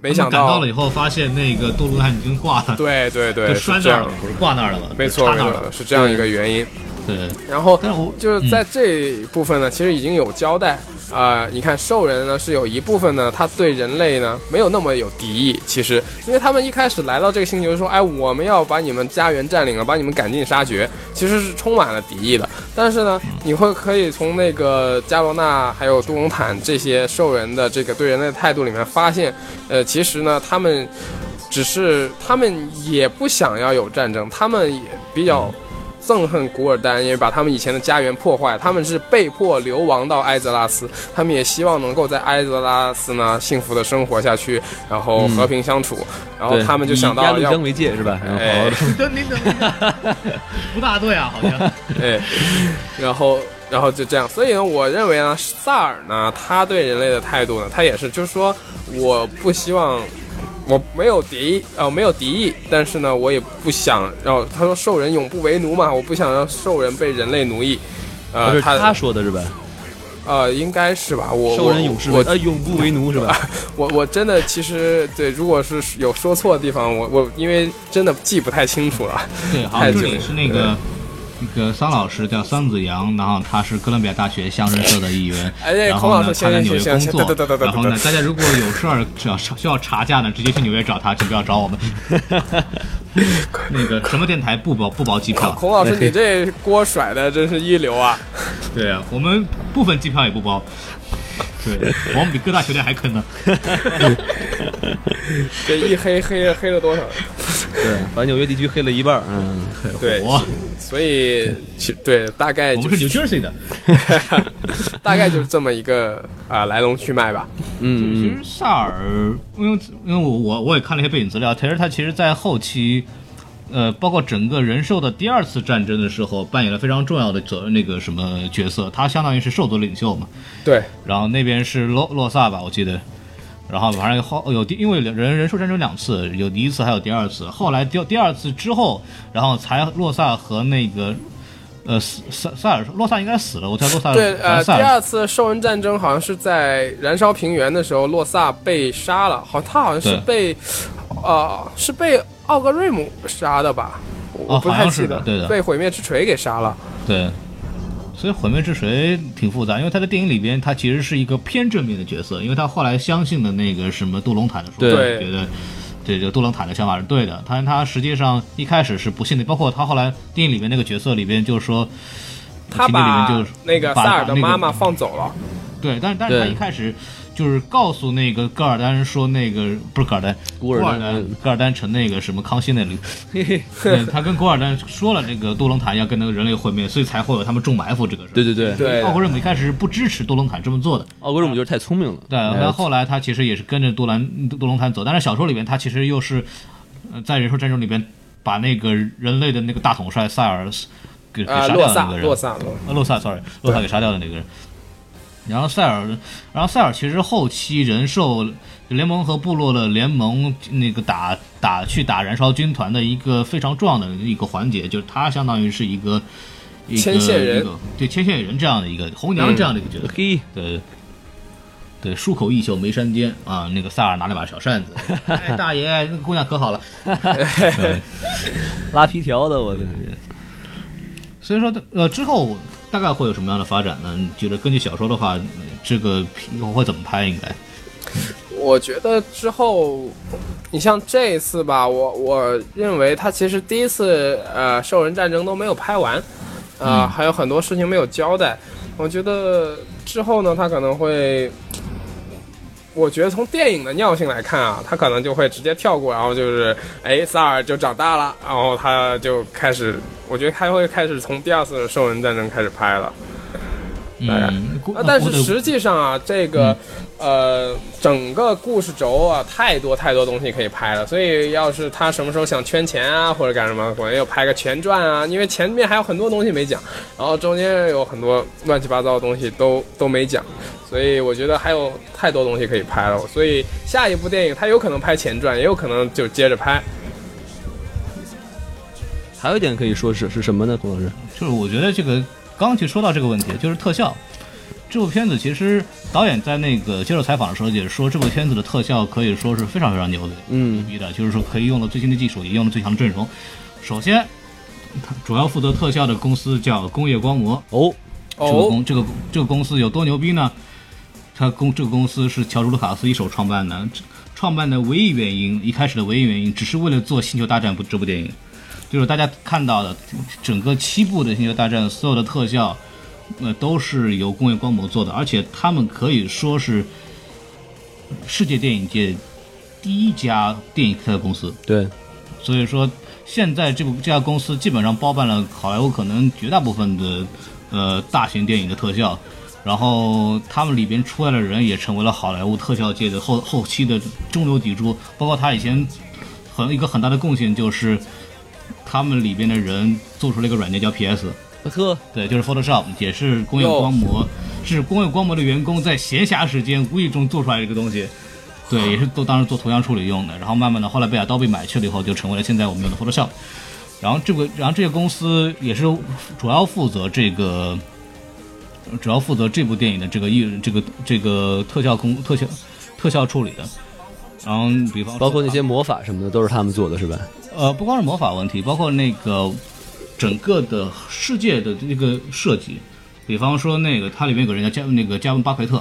没他想们赶到到了，以后，发现那个杜鲁汉已经挂了，对对对，就是拴这那儿样了，，挂那儿了嘛，没错插没那儿错，了。是这样一个原因。对，然后但是我嗯就是在这一部分呢，其实已经有交代啊、呃你看兽人呢是有一部分呢，他对人类呢没有那么有敌意，其实因为他们一开始来到这个星球说，哎，我们要把你们家园占领啊了，把你们赶尽杀绝，其实是充满了敌意的。但是呢，你会可以从那个加罗纳还有杜隆坦这些兽人的这个对人类的态度里面发现，呃，其实呢他们。只是他们也不想要有战争，他们也比较憎恨古尔丹，因为把他们以前的家园破坏，他们是被迫流亡到埃泽拉斯，他们也希望能够在埃泽拉斯呢幸福的生活下去，然后和平相处，然后对他们就想以鸭到绿要江为界是吧？然后哎等您等， 不大对啊，好像。对，然后然后就这样，所以呢，我认为呢，萨尔呢，他对人类的态度呢，他也是，就是说，我不希望。我没有敌意，呃，没有敌意，但是呢，我也不想让他说兽人永不为奴嘛，我不想让兽人被人类奴役，啊呃，是他他说的是吧？呃，应该是吧，我兽人我永世为我呃永不为奴是吧？我我真的其实对，如果是有说错的地方，我我因为真的记不太清楚了， 对，好像太这久里了是那个。那个桑老师叫桑子阳，然后他是哥伦比亚大学相声社的一员， 哎然后孔老呢，师他在纽约行行工行作对对对对。对然后呢，大家如果有事儿需要需要查价呢，直接去纽约找他，请不要找我 们。那个什么电台不包不包机票？孔老师，你这锅甩的真是一流啊！对啊，我们部分机票也不包。对，我们比各大酒店还坑 呢。这一黑黑了黑了多少？ 对， 把纽约地区黑了一半儿，嗯，对，我所以其对大概我就们是是 New Jersey 的。 大概就是这么一个啊、来龙去脉吧。其实萨尔，因为因为我我我也看了一些背景资料，其实他其实在后期，呃，包括整个人兽的第二次战争的时候，扮演了非常重要的责那个什么角色，他相当于是兽族领袖嘛。对，然后那边是洛洛萨吧，我记得。然后反正后有第，因为人人兽战争两次，有第一次还有第二次。后来第第二次之后，然后才洛萨和那个，呃，斯萨萨尔洛萨应该死了，我猜洛萨对，反呃，正第萨尔二次兽人战争好像是在燃烧平原的时候，洛萨被杀了，好，他好像是被，呃，是被奥格瑞姆杀的吧？我哦我不好太像是记的得，对的被毁灭之锤给杀了。对，所以毁灭之锤挺复杂，因为他在电影里边他其实是一个偏正面的角色，因为他后来相信的那个什么杜隆坦的说法，对觉得这个杜隆坦的想法是对的，但他实际上一开始是不信的，包括他后来电影里面那个角色里边就是说。他情节里面把就是那个把萨尔把的那个妈妈放走了，对，但是但是他对一开始就是告诉那个噶尔丹说那个不是噶尔丹，古尔尔丹丹嗯，噶尔丹城那个什么康熙那里，嘿嘿，对他跟古尔丹说了这个杜隆坦要跟那个人类毁灭，所以才会有他们中埋伏这个事儿。对对对，对奥格瑞姆一开始是不支持杜隆坦这么做的，奥格瑞姆就是太聪明了，哎对，但后来他其实也是跟着杜兰杜隆坦走，但是小说里面他其实又是，呃，在人兽战争里边把那个人类的那个大统帅塞尔斯给给啊、杀洛掉的那萨，个人，洛萨，呃，洛萨，sorry，洛萨给杀掉的那个人。然后塞尔，然后塞尔其实后期人兽联盟和部落的联盟那个打打去打燃烧军团的一个非常重要的一个环节，就是他相当于是一个一个牵线人嗯一个对牵线人这样的一个红娘这样的一个角色，嘿，对，对，漱口一宿眉山间啊，那个萨尔拿了把小扇 子，哎，大爷，那个姑娘可好了。对拉皮条的，我的所以说，呃，之后大概会有什么样的发展呢？你觉得根据小说的话，呃这个以后会怎么拍？应该我觉得之后，你像这一次吧，我我认为他其实第一次呃兽人战争都没有拍完，呃、还有很多事情没有交代。我觉得之后呢，他可能会，我觉得从电影的尿性来看啊，他可能就会直接跳过，然后就是哎萨尔就长大了，然后他就开始，我觉得他会开始从第二次兽人战争开始拍了。当然嗯，估啊，但估是得实际上啊，这个，呃，整个故事轴啊，太多太多东西可以拍了。所以要是他什么时候想圈钱啊，或者干什么，可能又拍个前传啊，因为前面还有很多东西没讲，然后中间有很多乱七八糟的东西都都没讲，所以我觉得还有太多东西可以拍了。所以下一部电影他有可能拍前传，也有可能就接着拍。还有一点可以说是是什么呢，孔老师？就是我觉得这个刚刚去说到这个问题，就是特效。这部片子其实导演在那个接受采访的时候也说，这部片子的特效可以说是非常非常牛的，嗯牛逼的，就是说可以用了最新的技术，也用了最强的阵容。首先，它主要负责特效的公司叫工业光魔。哦，这个哦公这个这个公司有多牛逼呢？它公这个公司是乔治卢卡斯一手创办的，这创办的唯一原因，一开始的唯一原因，只是为了做《星球大战》部这部电影，就是大家看到的整个七部的《星球大战》所有的特效，呃，都是由工业光魔做的，而且他们可以说是世界电影界第一家电影特效公司。对，所以说现在这部这家公司基本上包办了好莱坞可能绝大部分的呃大型电影的特效，然后他们里边出来的人也成为了好莱坞特效界的后后期的中流砥柱，包括他以前很一个很大的贡献就是。他们里边的人做出了一个软件叫 PS，呵，对，就是 Photoshop，也是工业光魔，是工业光魔的员工在闲暇时间无意中做出来的一个东西，对，也是都当时做图像处理用的。然后慢慢的，后来被 Adobe 买去了以后，就成为了现在我们用的 Photoshop。然后这个，然后这个公司也是主要负责这个，主要负责这部电影的这个艺这个这个特效工特效特效处理的。然后，比方说包括那些魔法什么的都是他们做的，是吧？呃，不光是魔法问题，包括那个整个的世界的这个设计，比方说那个它里面有个人叫加那个加文巴奎特，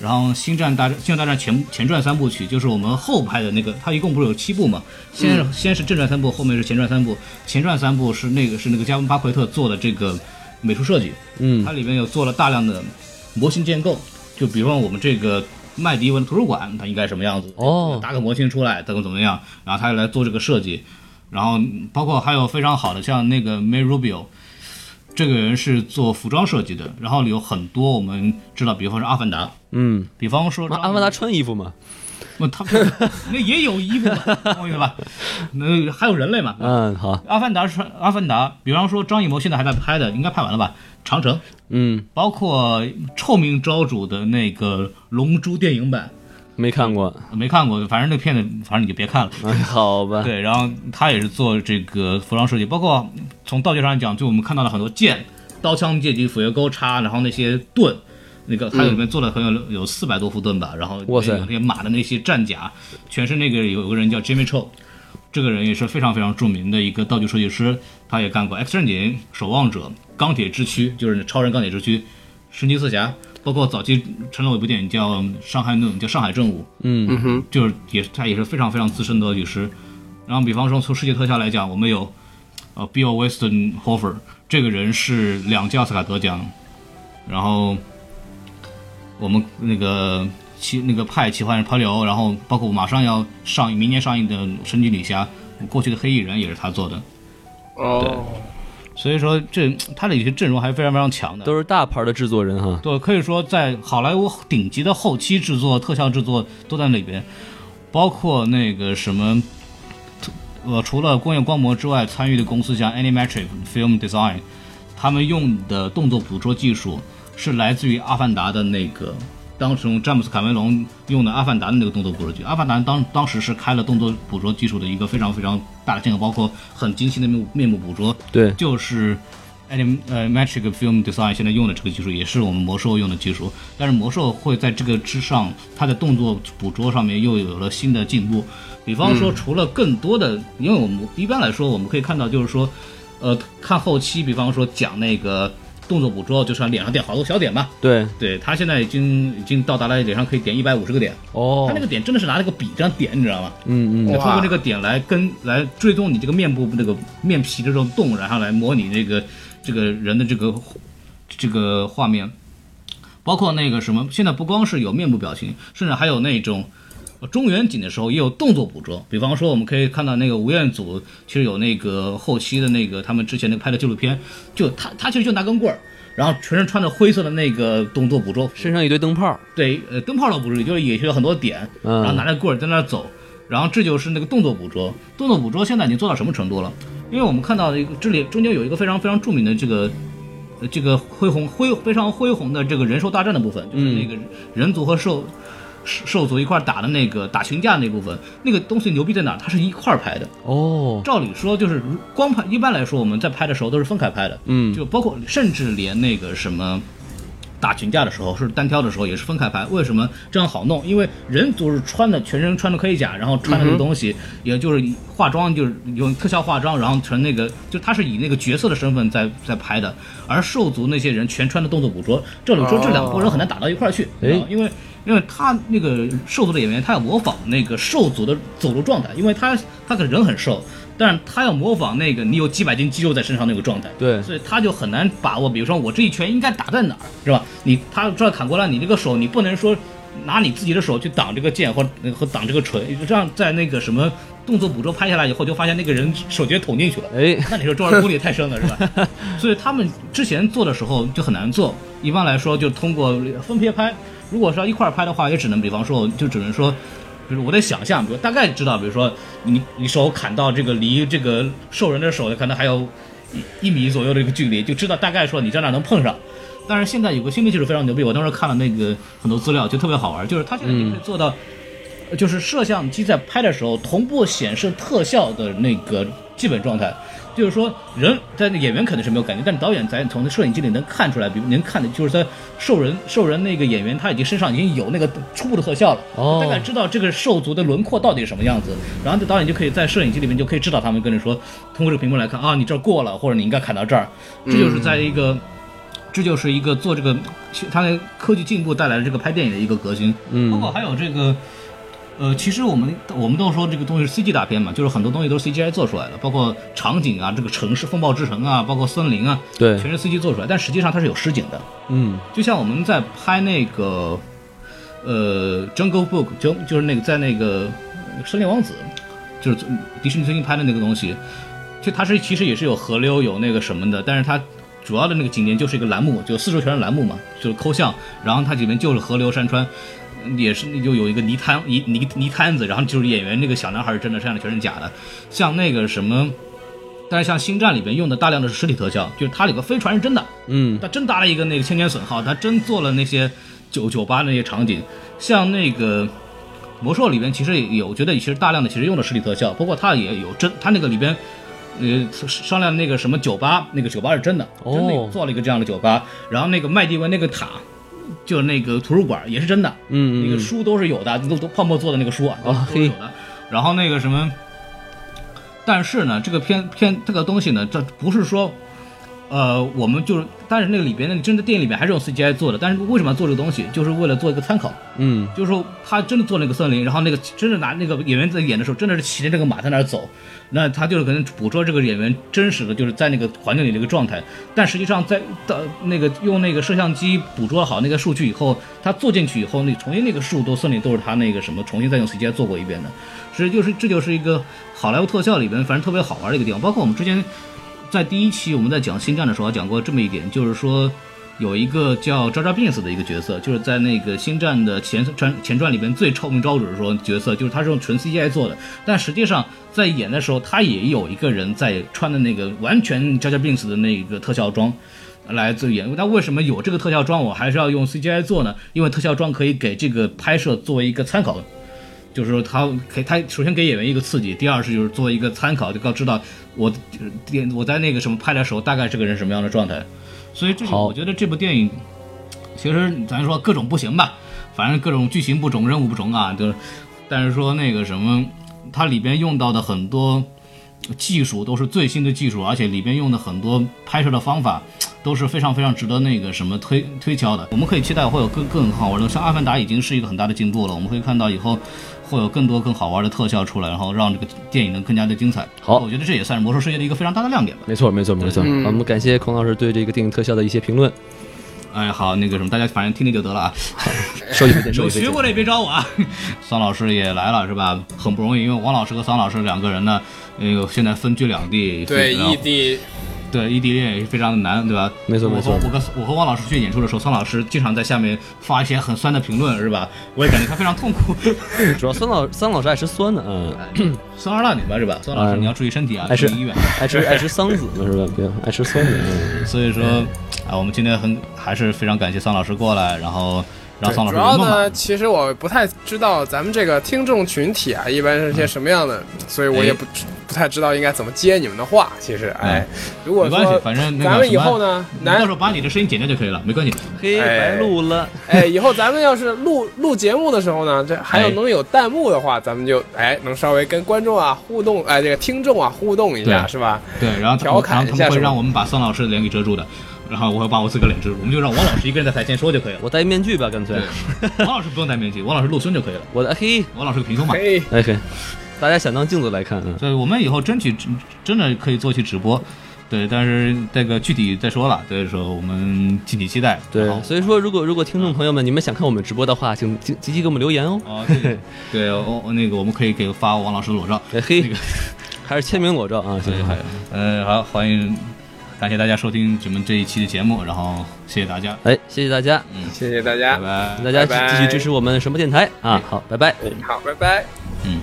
然后《星战大战》《星球大战前》前传三部曲，就是我们后拍的那个，它一共不是有七部嘛？先嗯是、先是正传三部，后面是前传三部，前传三部是那个是那个加文巴奎特做的这个美术设计，嗯它里面有做了大量的模型建构，就比方我们这个麦迪文图书馆，它应该什么样子？哦搭个模型出来，怎么怎么样，然后他来做这个设计，然后包括还有非常好的像那个 May Rubio。这个人是做服装设计的，然后有很多我们知道，比方说《阿凡达》，嗯，比方说妈阿凡达穿衣服嘛，那他那也有衣服嘛，我明 白吧？那还有人类嘛？嗯，好，阿凡达是阿凡达，比方说张艺谋现在还在拍的，应该拍完了吧？长城，嗯，包括臭名昭著的那个《龙珠》电影版，没看过，没看过，反正那片子，反正你就别看了。哎，好吧，对，然后他也是做这个服装设计，包括从道具上讲，就我们看到了很多剑、刀枪、剑戟、斧钺钩叉，然后那些盾，那个它里面做了很有有四百多副盾吧，然后哇塞有那些马的那些战甲，全是那个有个人叫 Jimmy Cho，这个人也是非常非常著名的一个道具设计师，他也干过《X 战警》《守望者》《钢铁之躯》，就是超人钢铁之躯，《神奇四侠》，包括早期成龙有部电影叫《上海论》，叫《上海正午》，嗯哼，就是也他也是非常非常资深的道具师。然后比方说从世界特效来讲，我们有呃 Bill Weston Hofer 这个人是两届奥斯卡得奖，然后我们那个奇那个派奇幻人漂流，然后包括马上要上映明年上映的《神奇女侠》，过去的黑衣人也是他做的。哦，所以说这他的有些阵容还是非常非常强的。都是大牌的制作人哈，对，可以说在好莱坞顶级的后期制作、特效制作都在里边，包括那个什么，呃，除了工业光魔之外，参与的公司像 Animatrix Film Design，他们用的动作捕捉技术是来自于《阿凡达》的那个。当时用詹姆斯·卡梅隆用的《阿凡达》的那个动作捕捉技，《阿凡达当》当时是开了动作捕捉技术的一个非常非常大的进步，包括很精细的面部面部捕捉，对，就是 anim 呃 magic film design 现在用的这个技术，也是我们魔兽用的技术。但是魔兽会在这个之上，它的动作捕捉上面又有了新的进步。比方说，除了更多的，因为我们一般来说我们可以看到，就是说，呃，看后期，比方说讲那个动作捕捉，就是脸上点好多小点嘛。对，对，他现在已经已经到达了脸上可以点一百五十个点。哦他那，个点真的是拿那个笔这样点，你知道吗？嗯嗯，通过哇这个点来跟来追踪你这个面部那个面皮的这种动，然后来模拟这个这个人的这个这个画面，包括那个什么，现在不光是有面部表情，甚至还有那种。呃中远景的时候也有动作捕捉，比方说我们可以看到那个吴彦祖，其实有那个后期的那个他们之前那个拍的纪录片，就他他其实就拿根棍儿，然后全身穿着灰色的那个动作捕捉服，身上一堆灯泡，对，呃，灯泡倒不至于，就是也是有很多点，嗯然后拿着棍儿在那儿走，然后这就是那个动作捕捉。动作捕捉现在已经做到什么程度了？因为我们看到一个这里中间有一个非常非常著名的这个。呃这个恢宏恢非常恢宏的这个人兽大战的部分，就是那个人族和兽兽兽族一块儿打的那个打群架那部分，那个东西牛逼在哪儿？它是一块儿拍的，哦，照理说就是如光拍，一般来说我们在拍的时候都是分开拍的，嗯就包括甚至连那个什么，打群架的时候，是单挑的时候，也是分开拍。为什么这样好弄？因为人族是穿的全身穿着盔甲，然后穿着那个东西，也就是化妆，就是用特效化妆，然后成那个，就他是以那个角色的身份在在拍的。而兽族那些人全穿着动作捕捉，这里说这两拨人很难打到一块儿去，你知道吗因为。因为他那个兽族的演员，他要模仿那个兽族的走路状态，因为他他可能人很瘦，但是他要模仿那个你有几百斤肌肉在身上那个状态，对所以他就很难把握。比如说我这一拳应该打在哪儿，是吧？你他这样砍过来，你这个手你不能说拿你自己的手去挡这个剑或和挡这个锤，这样在那个什么动作捕捉拍下来以后，就发现那个人手直接捅进去了。哎，那你说中二功力太深了是吧？所以他们之前做的时候就很难做，一般来说就通过分别拍。如果是要一块儿拍的话，也只能比方说，就只能说，比如我在想象，比如大概知道，比如说你你手砍到这个离这个兽人的手可能还有一一米左右的一个距离，就知道大概说你在哪能碰上。但是现在有个新的技术非常牛逼，我当时看了那个很多资料，就特别好玩，就是它现在也可以做到，呃就是摄像机在拍的时候同步显示特效的那个基本状态。就是说，人在演员可能是没有感觉，但是导演咱从摄影机里能看出来，比如能看的就是他兽人兽人那个演员他已经身上已经有那个初步的特效了，哦大概知道这个兽族的轮廓到底是什么样子，然后这导演就可以在摄影机里面就可以知道他们跟你说，通过这个屏幕来看啊，你这儿过了，或者你应该砍到这儿，这就是在一个。这就是一个做这个，它的科技进步带来的这个拍电影的一个革新。嗯包括还有这个，呃，其实我们我们都说这个东西是 CG 大片嘛，就是很多东西都是 CGI 做出来的，包括场景啊，这个城市、风暴之城啊，包括森林啊，对，全是 CG 做出来，但实际上它是有实景的。嗯，就像我们在拍那个，呃，《Jungle Book》就就是那个在那个《森林王子》，就是迪士尼最近拍的那个东西，就它是其实也是有河流有那个什么的，但是它主要的那个景点就是一个栏目，就四周全是栏目嘛，就是抠像，然后它里面就是河流山川。嗯也是，就有一个泥滩泥泥泥滩子，然后就是演员那个小男孩是真的，剩下的全是假的。像那个什么，但是像《星战》里边用的大量的是实体特效，就是它里个飞船是真的，嗯，他真搭了一个那个千年损耗，他真做了那些九九八那些场景，像那个魔兽里边其实也有，我觉得其实大量的其实用的实体特效，包括它也有真，它那个里边。呃，商量那个什么酒吧， 那个酒吧是真的，哦真的有做了一个这样的酒吧。然后那个麦迪文那个塔，就是那个图书馆也是真的，嗯嗯那个书都是有的，都都泡沫做的那个书啊，哦都是有的。然后那个什么，但是呢，这个片片这个东西呢，这不是说，呃，我们就是，但是那个里边那个真的电影里面还是用 CGI 做的，但是为什么要做这个东西，就是为了做一个参考，嗯，就是说他真的做那个森林，然后那个真的拿那个演员在演的时候，真的是骑着那个马在那儿走，那他就是可能捕捉这个演员真实的就是在那个环境里的一个状态，但实际上在到那个用那个摄像机捕捉好那个数据以后，他做进去以后，那重新那个树都森林都是他那个什么重新再用 CGI 做过一遍的，所以就是这就是一个好莱坞特效里边反正特别好玩的一个地方，包括我们之前在第一期我们在讲星战的时候还讲过这么一点，就是说。有一个叫扎扎宾斯的一个角色，就是在那个《星战》的前传前传里边最臭名昭著的说角色，就是他是用纯 CGI 做的，但实际上在演的时候，他也有一个人在穿的那个完全扎扎宾斯的那个特效装。来自演，那为什么有这个特效装，我还是要用 CGI 做呢？因为特效装可以给这个拍摄作为一个参考就是说他给他首先给演员一个刺激，第二是就是作为一个参考，就告知道我电我在那个什么拍的时候大概是个人什么样的状态。所以这是好我觉得这部电影其实咱说各种不行吧，反正各种剧情不中，任务不中啊，就是但是说那个什么，它里边用到的很多技术都是最新的技术，而且里边用的很多拍摄的方法。都是非常非常值得那个什么推推敲的。我们可以期待会有更更好玩的，像《阿凡达》已经是一个很大的进步了，我们会看到以后会有更多更好玩的特效出来，然后让这个电影能更加的精彩。好我觉得这也算是魔兽世界的一个非常大的亮点吧。没错，没错，没错。嗯我们感谢孔老师对这个电影特效的一些评论，哎，好，那个什么，大家反正听听就得了啊。受益匪浅，受有益匪学浅。过的也别找我啊。 桑老师也来了是吧？很不容易，因为王老师和桑老师两个人呢，那个现在分居两地，对，然后异地对，异地恋也是非常的难，对吧？没错没错我和我跟我和汪老师去演出的时候，桑老师经常在下面发一些很酸的评论，是吧？我也感觉他非常痛苦。 主要桑老桑老师爱吃酸的，嗯，酸儿辣你吧，是吧？酸老师，嗯你要注意身体啊，爱注吃意医院。爱吃爱吃桑子嘛是吧？对，爱吃酸的。嗯所以说，啊，我们今天很还是非常感谢桑老师过来，然后然后桑老主师要圆梦呢，吧。其实我不太知道咱们这个听众群体嗯啊，一般是些什么样的，所以我哎也不知不太知道应该怎么接你们的话。其实，哎，如嗯果没关系说，反正那个咱们什以么嗯后呢，你到男时候把你的声音剪掉就可以了，没关系。 嘿，白录了。哎，以后咱们要是录录节目的时候呢，这还有哎能有弹幕的话，咱们就哎能稍微跟观众啊互动，哎这个听众啊互动一下，对是吧？对，然后他调们侃然后一他下们会什么让我们把桑老师的脸给遮住的，然后我会把我自个儿脸遮住，我们就让王老师一个人在台前说就可以了。我戴面具吧，干脆对。，王老师不用戴面具，王老师露胸就可以了。我的嘿，王老师个平胸嘛。嘿，哎嘿，大家想当镜子来看啊。对，我们以后争取真真的可以做起直播，对，但是这个具体再说了，所以说我们敬请期待。然 对，嗯后所以说如果如果听众朋友们你们想看我们直播的话，请积积极给我们留言哦。哦，对，对，哦，那个我们可以给发王老师的裸照。哎嘿那个， 还是签名裸照啊，行对，还呃，好，欢迎，感谢大家收听咱们这一期的节目，然后谢谢大家，哎，谢谢大家，谢谢大家拜，拜。大家拜拜继续支持我们什么电台啊？好，拜拜。好，拜拜。嗯。